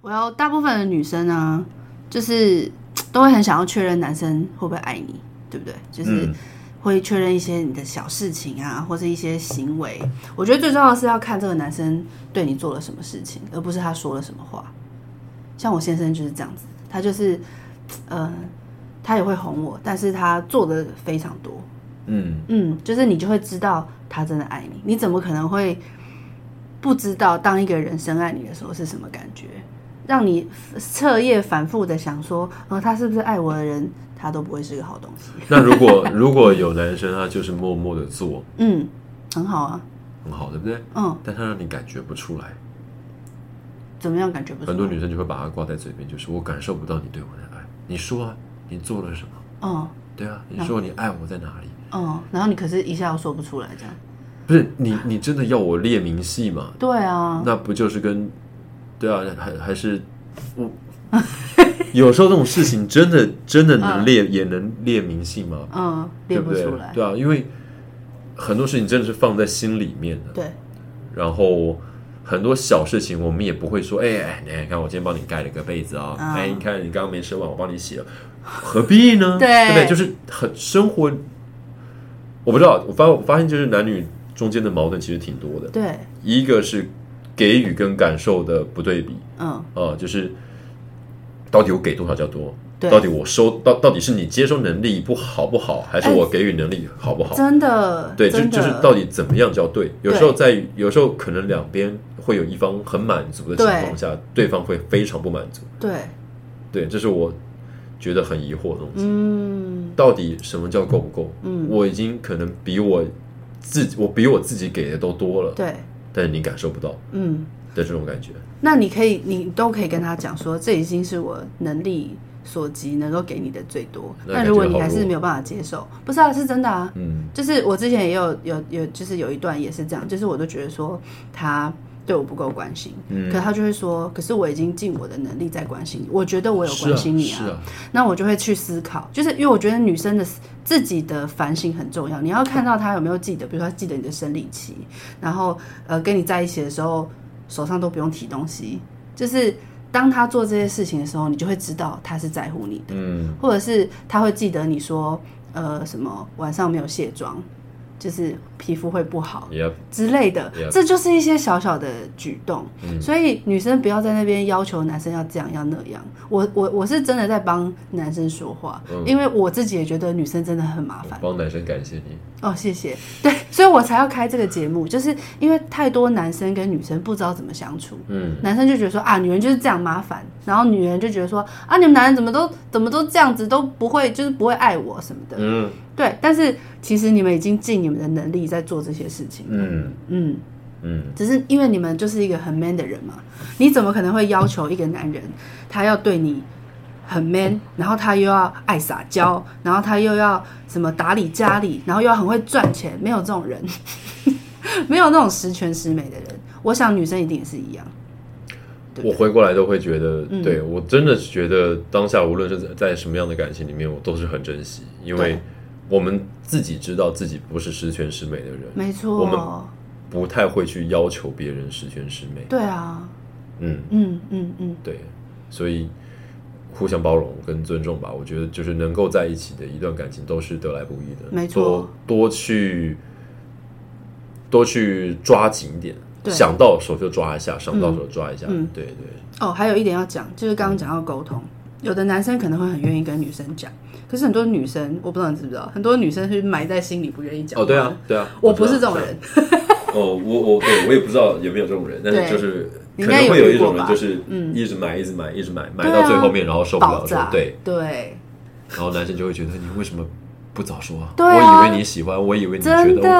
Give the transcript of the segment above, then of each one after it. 我要大部分的女生呢，就是都会很想要确认男生会不会爱你，对不对？就是嗯会确认一些你的小事情啊，或是一些行为。我觉得最重要的是要看这个男生对你做了什么事情，而不是他说了什么话。像我先生就是这样子，他就是，呃，他也会哄我，但是他做的非常多，嗯，嗯，就是你就会知道他真的爱你。你怎么可能会不知道当一个人深爱你的时候是什么感觉？让你彻夜反复的想说，呃，他是不是爱我的人，他都不会是个好东西。那如 果如果有男生他就是默默的做，嗯，很好啊。很好，对不对？嗯，但他让你感觉不出来，怎么样感觉不错？很多女生就会把它挂在嘴边，就是我感受不到你对我的爱。你说啊，你做了什么？嗯对啊，你说你爱我在哪里？嗯，然后你可是一下又说不出来，这样。不是你，你真的要我列明细吗？对啊，那不就是跟，对啊，还还是 我，有时候这种事情真的真的能列、也能列明细吗？嗯，列对不不对出来。对啊，因为很多事情真的是放在心里面的，对，然后很多小事情我们也不会说，哎哎，你看我今天帮你盖了个被子啊，嗯哎，你看你刚刚没吃完，我帮你洗了，何必呢？对不对？就是很生活，我不知道，我发我发现就是男女中间的矛盾其实挺多的，对，一个是给予跟感受的不对比嗯，啊、就是到底我给多少叫多。对到底我收到到底是你接收能力不好不好，还是哎我给予能力好不好？真的，对，就真的就是到底怎么样叫对？有时候在于有时候可能两边会有一方很满足的情况下，对方会非常不满足。对，对，这是我觉得很疑惑的东西。嗯到底什么叫够不够？嗯，我已经可能比我自己，我比我自己给的都多了，对，但是你感受不到嗯。的这种感觉。那你可以，你都可以跟他讲说，这已经是我能力所及能够给你的最多。那那感如果觉你好还是弱没有办法接受，不是啊，是真的啊。嗯就是我之前也有有有，就是有一段也是这样，就是我都觉得说他对我不够关心，嗯可，他就会说，可是我已经尽我的能力在关心你，我觉得我有是关心你啊，是啊，那我就会去思考，就是因为我觉得女生的自己的反省很重要，你要看到她有没有记得，比如说她记得你的生理期，然后呃跟你在一起的时候手上都不用提东西，就是当她做这些事情的时候，你就会知道她是在乎你的，嗯或者是她会记得你说呃什么晚上没有卸妆，就是皮肤会不好，也之类的 Yeah. 这就是一些小小的举动。嗯所以女生不要在那边要求男生要这样要那样。我我我是真的在帮男生说话，嗯因为我自己也觉得女生真的很麻我烦。帮男生感谢你。哦，谢谢。 对，所以我才要开这个节目，就是因为太多男生跟女生不知道怎么相处。嗯，男生就觉得说啊，女人就是这样麻烦，然后女人就觉得说啊，你们男人怎么都怎么都这样子，都不会就是不会爱我什么的。嗯对，但是其实你们已经尽你们的能力在做这些事情。嗯嗯，嗯，只是因为你们就是一个很 man 的人嘛，你怎么可能会要求一个男人他要对你很 man，然后他又要爱撒娇，然后他又要什么打理家里，然后又要很会赚钱？没有这种人， 没有那种十全十美的人。我想女生一定也是一样。对我回过来都会觉得，嗯对我真的觉得当下无论是在什么样的感情里面，我都是很珍惜，因为对我们自己知道自己不是十全十美的人，没我们错，不太会去要求别人十全十美。对啊，嗯，嗯嗯嗯，对，所以互相包容跟尊重吧，我觉得就是能够在一起的一段感情都是得来不易的，没错多多去多去抓紧一点。对想到手就抓一下，想到嗯手抓一下，嗯对对，哦，还有一点要讲，就是刚刚讲到沟通，有的男生可能会很愿意跟女生讲，可是很多女生，我不知道你知不知道，很多女生是埋在心里不愿意讲。哦，对啊，，对啊，我知不道是这种啊人， 哦，我我对我也不知道有没有这种人，但对是就是你可应该能有会有遇一过种人吧就是嗯一直买，一直买，一直买，买对到啊最后面然后受不了爆的时候炸，，对，对，然后男生就会觉得你为什么不早说啊？对啊我以为你喜欢，我以为你觉得真的、OK，对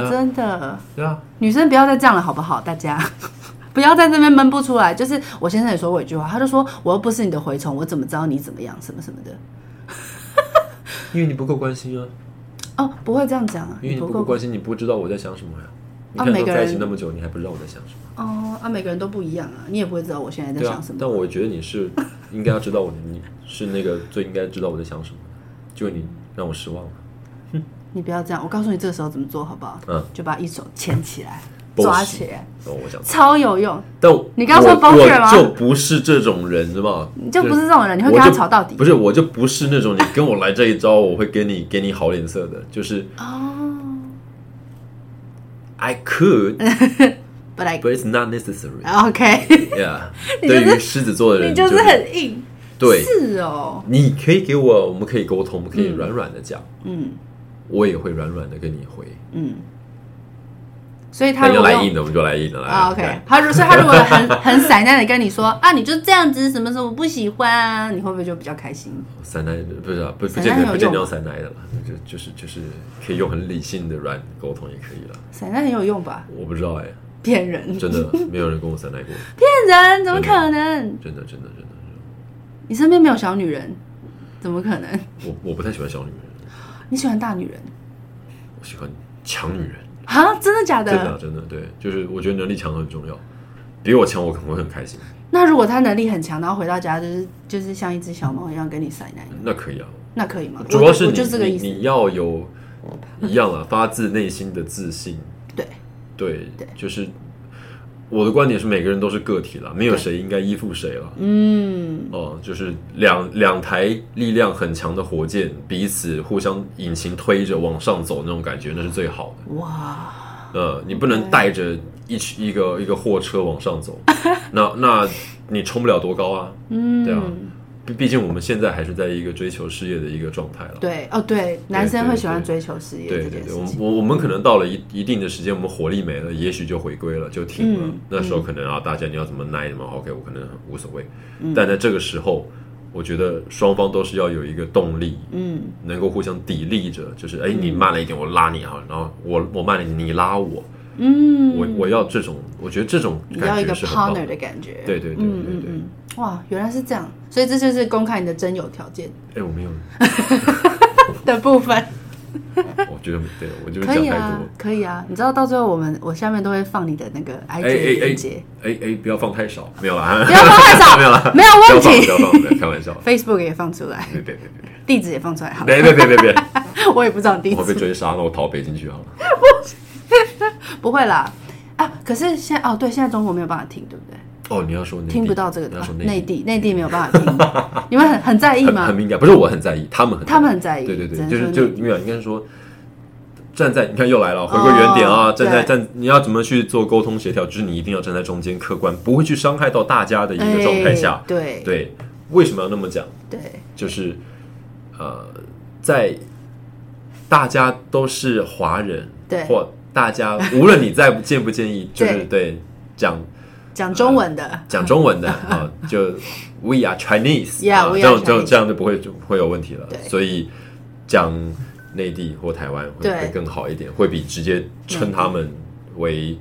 啊，真的，对啊，女生不要再这样了，好不好？大家 不要在这边闷不出来。就是我先生也说过一句话，他就说我又不是你的蛔虫，我怎么知道你怎么样，什么什么的。因为你不够关心啊，哦，不会这样讲啊，因为你不不够关心，你不知道我在想什么呀。你啊看每都个在一起人那么久，你还不知道我在想什么？哦啊，每个人都不一样啊，你也不会知道我现在在对啊想什，么。但我觉得你是应该要知道我，你是那个最应该知道我在想什么的，就你让我失望了。你不要这样，我告诉你这个时候怎么做好不好？嗯就把一手牵起来，抓起来，哦，我想，超有用。但我你刚刚说我 bullshit 吗我就不是这种人，是吧？你就不是这种人，你会我跟他就吵到底不。是，我就不是那种你跟我来这一招，我会给你给你好脸色的。就是哦， I could, 本来 but it's not necessary. OK， Yeah， 你就是对于狮子座的 人，你就是很硬。对，是哦，你可以给我，我们可以沟通，我们可以软软的讲，嗯我也会软软的跟你回。嗯。所以他那如要果来用硬的，我们就来硬的来啊，OK，他如所以他如果很 很散淡的跟你说啊，你就这样子，什么什么我不喜欢啊，你会不会就比较开心？散奶不是啊，不不散见奶很得有不见得用要散奶的了，就就是就是可以用很理性的软沟通也可以了。散淡很有用吧？我不知道哎、骗人，真的没有人跟我散奶过，骗人，怎么可能？真的真的真的，真你身边没有小女人，怎么可能？的我我不太喜欢小女人，你喜欢大女人我喜欢强女人，啊？真的假真的啊的？真的对，就是我觉得能力强很重要，比我强我可能会很开心，那如果她能力很强，然后回到家就是就是像一只小猫一样跟你撒奶，那可以啊，那可以吗？主要是我你就我就这个意你思。你要有一样啊，发自内心的自信。对，对，对就是我的观点是每个人都是个体了，没有对谁应该依附谁了。嗯，哦、就是两两台力量很强的火箭彼此互相引擎推着往上走那种感觉，那是最好的。哇，呃，你不能带着一群一个一个货车往上走，那 那你冲不了多高啊。嗯，对啊，毕毕竟我们现在还是在一个追求事业的一个状态了。对哦，对，男生对会喜欢对追求事业对这对件对，事我情。我我们可能到了一一定的时间，我们火力没了，也许就回归了，就停了。嗯那时候可能啊，大家你要怎么耐什么，OK，我可能无所谓。嗯但在这个时候，我觉得双方都是要有一个动力，嗯，能够互相砥砺着，就是哎，你慢了一点，我拉你啊，然后我我慢了一点，你拉我，嗯，我我要这种，我觉得这种你要感一个觉是很棒 partner 的感觉。对对对对嗯嗯对嗯，哇，原来是这样，所以这就是公开你的真有条件哎，我没有，嗯的部分。我觉得对我就是可讲以太啊多。，可以啊，你知道到最后我们我下面都会放你的那个 IG 哎哎的链接，哎哎，不要放太少，没有啦， 不要放太少没有啦，没有问题不要放，不要放，开玩笑， ，Facebook 也放出来，别别别别。地址也放出来，好了， 别别别别别，我也不知道你地我会被址，追杀，那我逃北京去好了。 不会啦。啊，可是现在哦，对，现在中国没有办法听，对不对？哦，你要说内地听不到这个你的要啊说内内地，内地没有办法听，你们很很在意很吗 很？敏感，不是我很在意，他们很他们很在意对对对，只能就说是就内地没有，应该是说站在你看又来了，回归原点啊，哦站在对站你要怎么去做沟通协调，就是你一定要站在中间，客观，不会去伤害到大家的一个状态下哎。对对，为什么要那么讲？对，就是呃，在大家都是华人，对或大家无论你在介不介意，就对是对讲。讲中文的，讲中文的 啊，就 We are Chinese， Yeah, 啊 we are 这种这 Chinese 种这样就不会就不会有问题了对。所以讲内地或台湾会对会更好一点，会比直接称他们为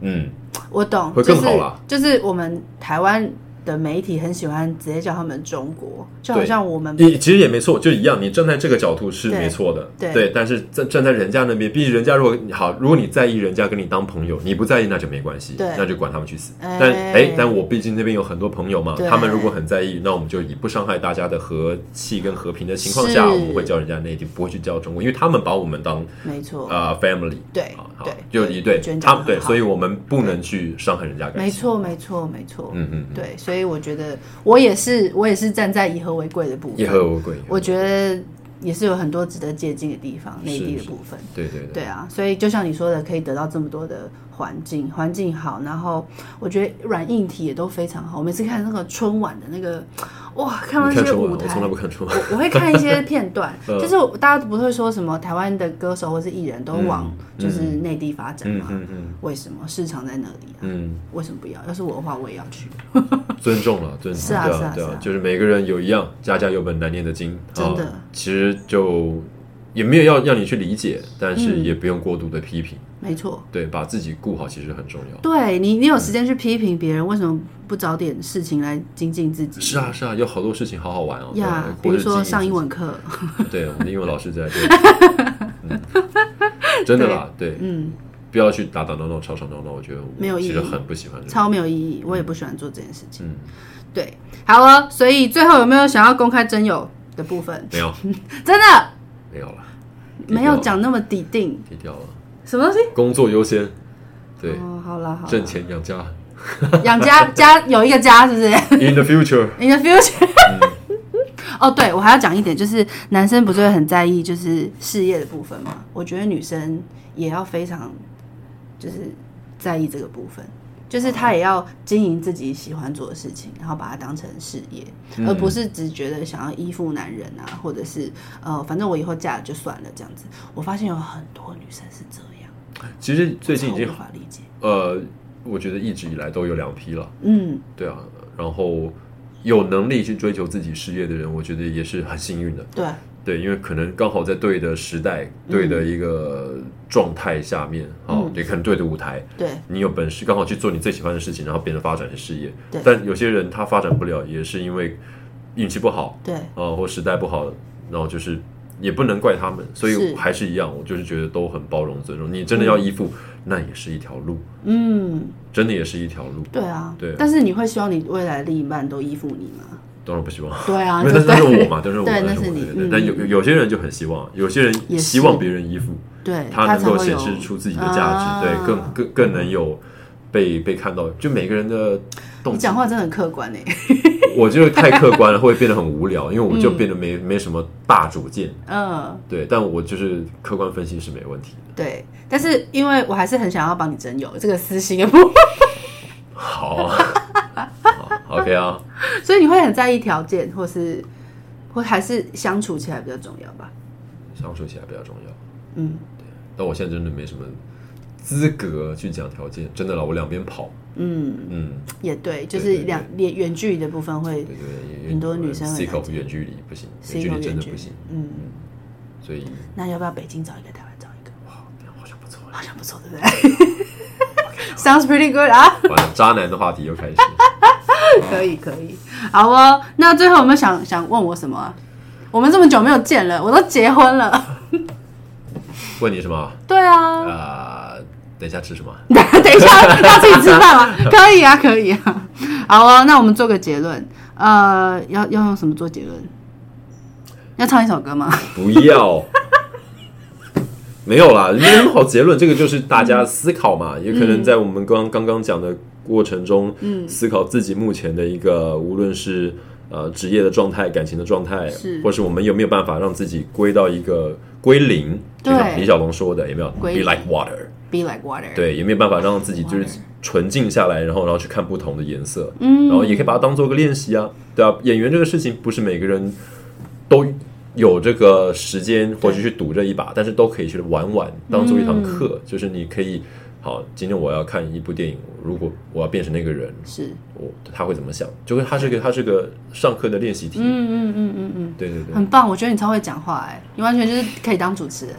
嗯，我懂，会就更是好啦就是我们台湾的媒体很喜欢直接叫他们中国，就好对像我们你其实也没错，就一样。你站在这个角度是对没错的，对但是站站在人家那边，毕竟人家如果好，如果你在意人家跟你当朋友，你不在意那就没关系，对那就管他们去死。哎但哎，但我毕竟那边有很多朋友嘛对，他们如果很在意，那我们就以不伤害大家的和气跟和平的情况下，是我们会叫人家内地，不会去叫中国，因为他们把我们当没错，呃 family，对好好对，就一对我觉得，你他讲得们对，很好所以我们不能去伤害人家感没情。错，没错，没错。嗯嗯，嗯对，所以我觉得我也是，我也是站在以和为贵的部以分。和为贵，我觉得也是有很多值得借鉴的地方，内地的是部分。对对对对啊，所以就像你说的，可以得到这么多的环境，环境好，然后我觉得软硬体也都非常好。我每次看那个春晚的那个，哇，看到你那看些春晚，舞我台从，来不看春晚。我我会看一些片段， 嗯就是大家不会说什么台湾的歌手或是艺人都往嗯就是内地发展嗯嘛？嗯嗯为什么市场在那里啊？嗯。为什么不要？要是我的话，我也要去。尊重了，尊重是啊对是啊对是啊就是每个人有一样，家家有本难念的经，真的啊其实就也没有要让你去理解，但是嗯也不用过度的批评，没错，对，把自己顾好其实很重要。对你，你有时间去批评别人，为什么不找点事情来精进自己？是啊是啊，有好多事情好好玩哦，呀，比对如说上英，或者文课，是经营自己对，我们的英文老师在 这里，嗯，真的啦，对，嗯，不要去打打闹闹、吵吵闹闹，我觉得我没有意义其实很不喜欢这种，超没有意义，我也不喜欢做这件事情。嗯，对，好了，所以最后有没有想要公开真友的部分？没有真的没有了，没有讲那么底定，低调了，什么东西？工作优先，对，哦，好啦好啦，挣钱养家。 养 家家有一个家是不是 In the future， ？In the future 哦，对我还要讲一点，就是男生不是会很在意就是事业的部分吗？我觉得女生也要非常就是在意这个部分，就是她也要经营自己喜欢做的事情，然后把它当成事业，嗯而不是只觉得想要依附男人啊，或者是呃，反正我以后嫁了就算了这样子。我发现有很多女生是这样，其实最近已超经无法理解。呃，我觉得一直以来都有两批了，嗯，对啊。然后有能力去追求自己事业的人，我觉得也是很幸运的，对，啊对，因为可能刚好在对的时代、对的一个状态下面，哦，嗯也可能对的舞台，对，你有本事刚好去做你最喜欢的事情，然后变成发展的事业对。但有些人他发展不了，也是因为运气不好，对，呃，或时代不好，然后就是也不能怪他们，所是以还是一样，我就是觉得都很包容尊重。你真的要依附，那也是一条路，嗯，真的也是一条路。对啊，对但是你会希望你未来的另一半都依附你吗？当然不希望， 对啊，因为就那那是对我嘛，但是我，对那是是我你对对嗯对。但有有有些人就很希望，有些也人是希望别人依附，对，他能够才会显有示出自己的价值，对，更啊更更能有被被看到。就每个人的动你机讲话真的很客观欸诶，我就太客观了，会变得很无聊，因为我就变得没、没什么大主见。嗯，对，但我就是客观分析是没问题的。对，但是因为我还是很想要帮你征友这个私心的部分， 好啊，好，OK 啊，所以你会很在意条件，或是或还是相处起来比较重要吧？相处起来比较重要。嗯但我现在真的没什么资格去讲条件，真的了，我两边跑。嗯，嗯，也对，就对是对两远远距离的部分会对对对，很多女生很 C 口难讲远距离不行，是远一距个离远真的距不离行，，嗯，所以那要不要北京找一个，台湾找一个？哇，好像不错。欸好像不错，对 不对？Sounds pretty good 啊。完了，渣男的 话题又开始。可以可以，好哦。那最后有没有想想问我什么啊、我们这么久没有见了，我都结婚了。问你什么？对 啊，啊、等一下吃什么？等一下要自己吃饭吗？ 可以啊，可以啊。好哦，那我们做个结论。呃，要要用什么做结论？要唱一首歌吗？不要。没有啦，没什么好结论，这个就是大家思考嘛，嗯也可能在我们刚刚刚讲的过程中，嗯，思考自己目前的一个，无论是呃职业的状态、感情的状态，是或是我们有没有办法让自己归到一个归零，就像对李小龙说的，有没有归零 be like water？ Be like water。，对，有没有办法让自己就是纯净下来，然后然后去看不同的颜色，嗯然后也可以把它当做个练习啊，对啊，演员这个事情不是每个人都有这个时间或者去赌这一把，但是都可以去玩玩，当做一嗯堂课，就是你可以。好，今天我要看一部电影，如果我要变成那个人，是，我他会怎么想？就跟他是个他是个上课的练习题，嗯嗯嗯嗯嗯，对对对，很棒。我觉得你超会讲话、哎，你完全就是可以当主持人。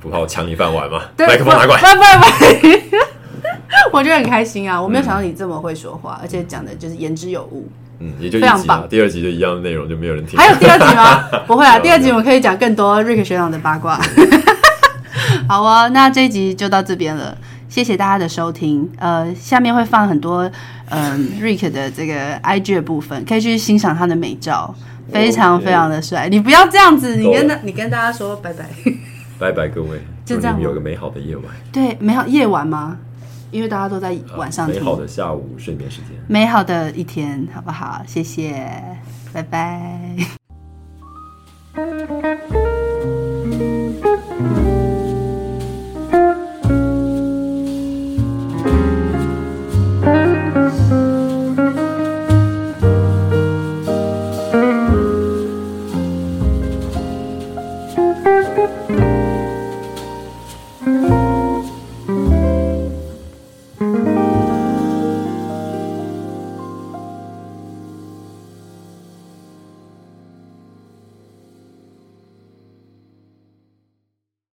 不怕我抢你饭碗吗？对麦克风拿过来， 不不不不，我觉得很开心啊！我没有想到你这么会说话，而且讲的就是言之有物。嗯，也就一非常集啊棒，第二集就一样的内容，就没有人听。还有第二集吗？ 不会啊，没有第二集我们可以讲更多瑞克学长的八 卦。好哦，那这一集就到这边了，谢谢大家的收听。呃，下面会放很多嗯、瑞克的这个 IG 的部分，可以去欣赏他的美照，非常 OK 非常的帅。你不要这样子，你跟够大你跟大家说 拜拜。拜拜，各位，就祝你这样们吗有个美好的夜晚，对，美好夜晚吗？因为大家都在呃晚上美听。好的下午睡眠时间。美好的一天，好不好？谢谢，拜拜。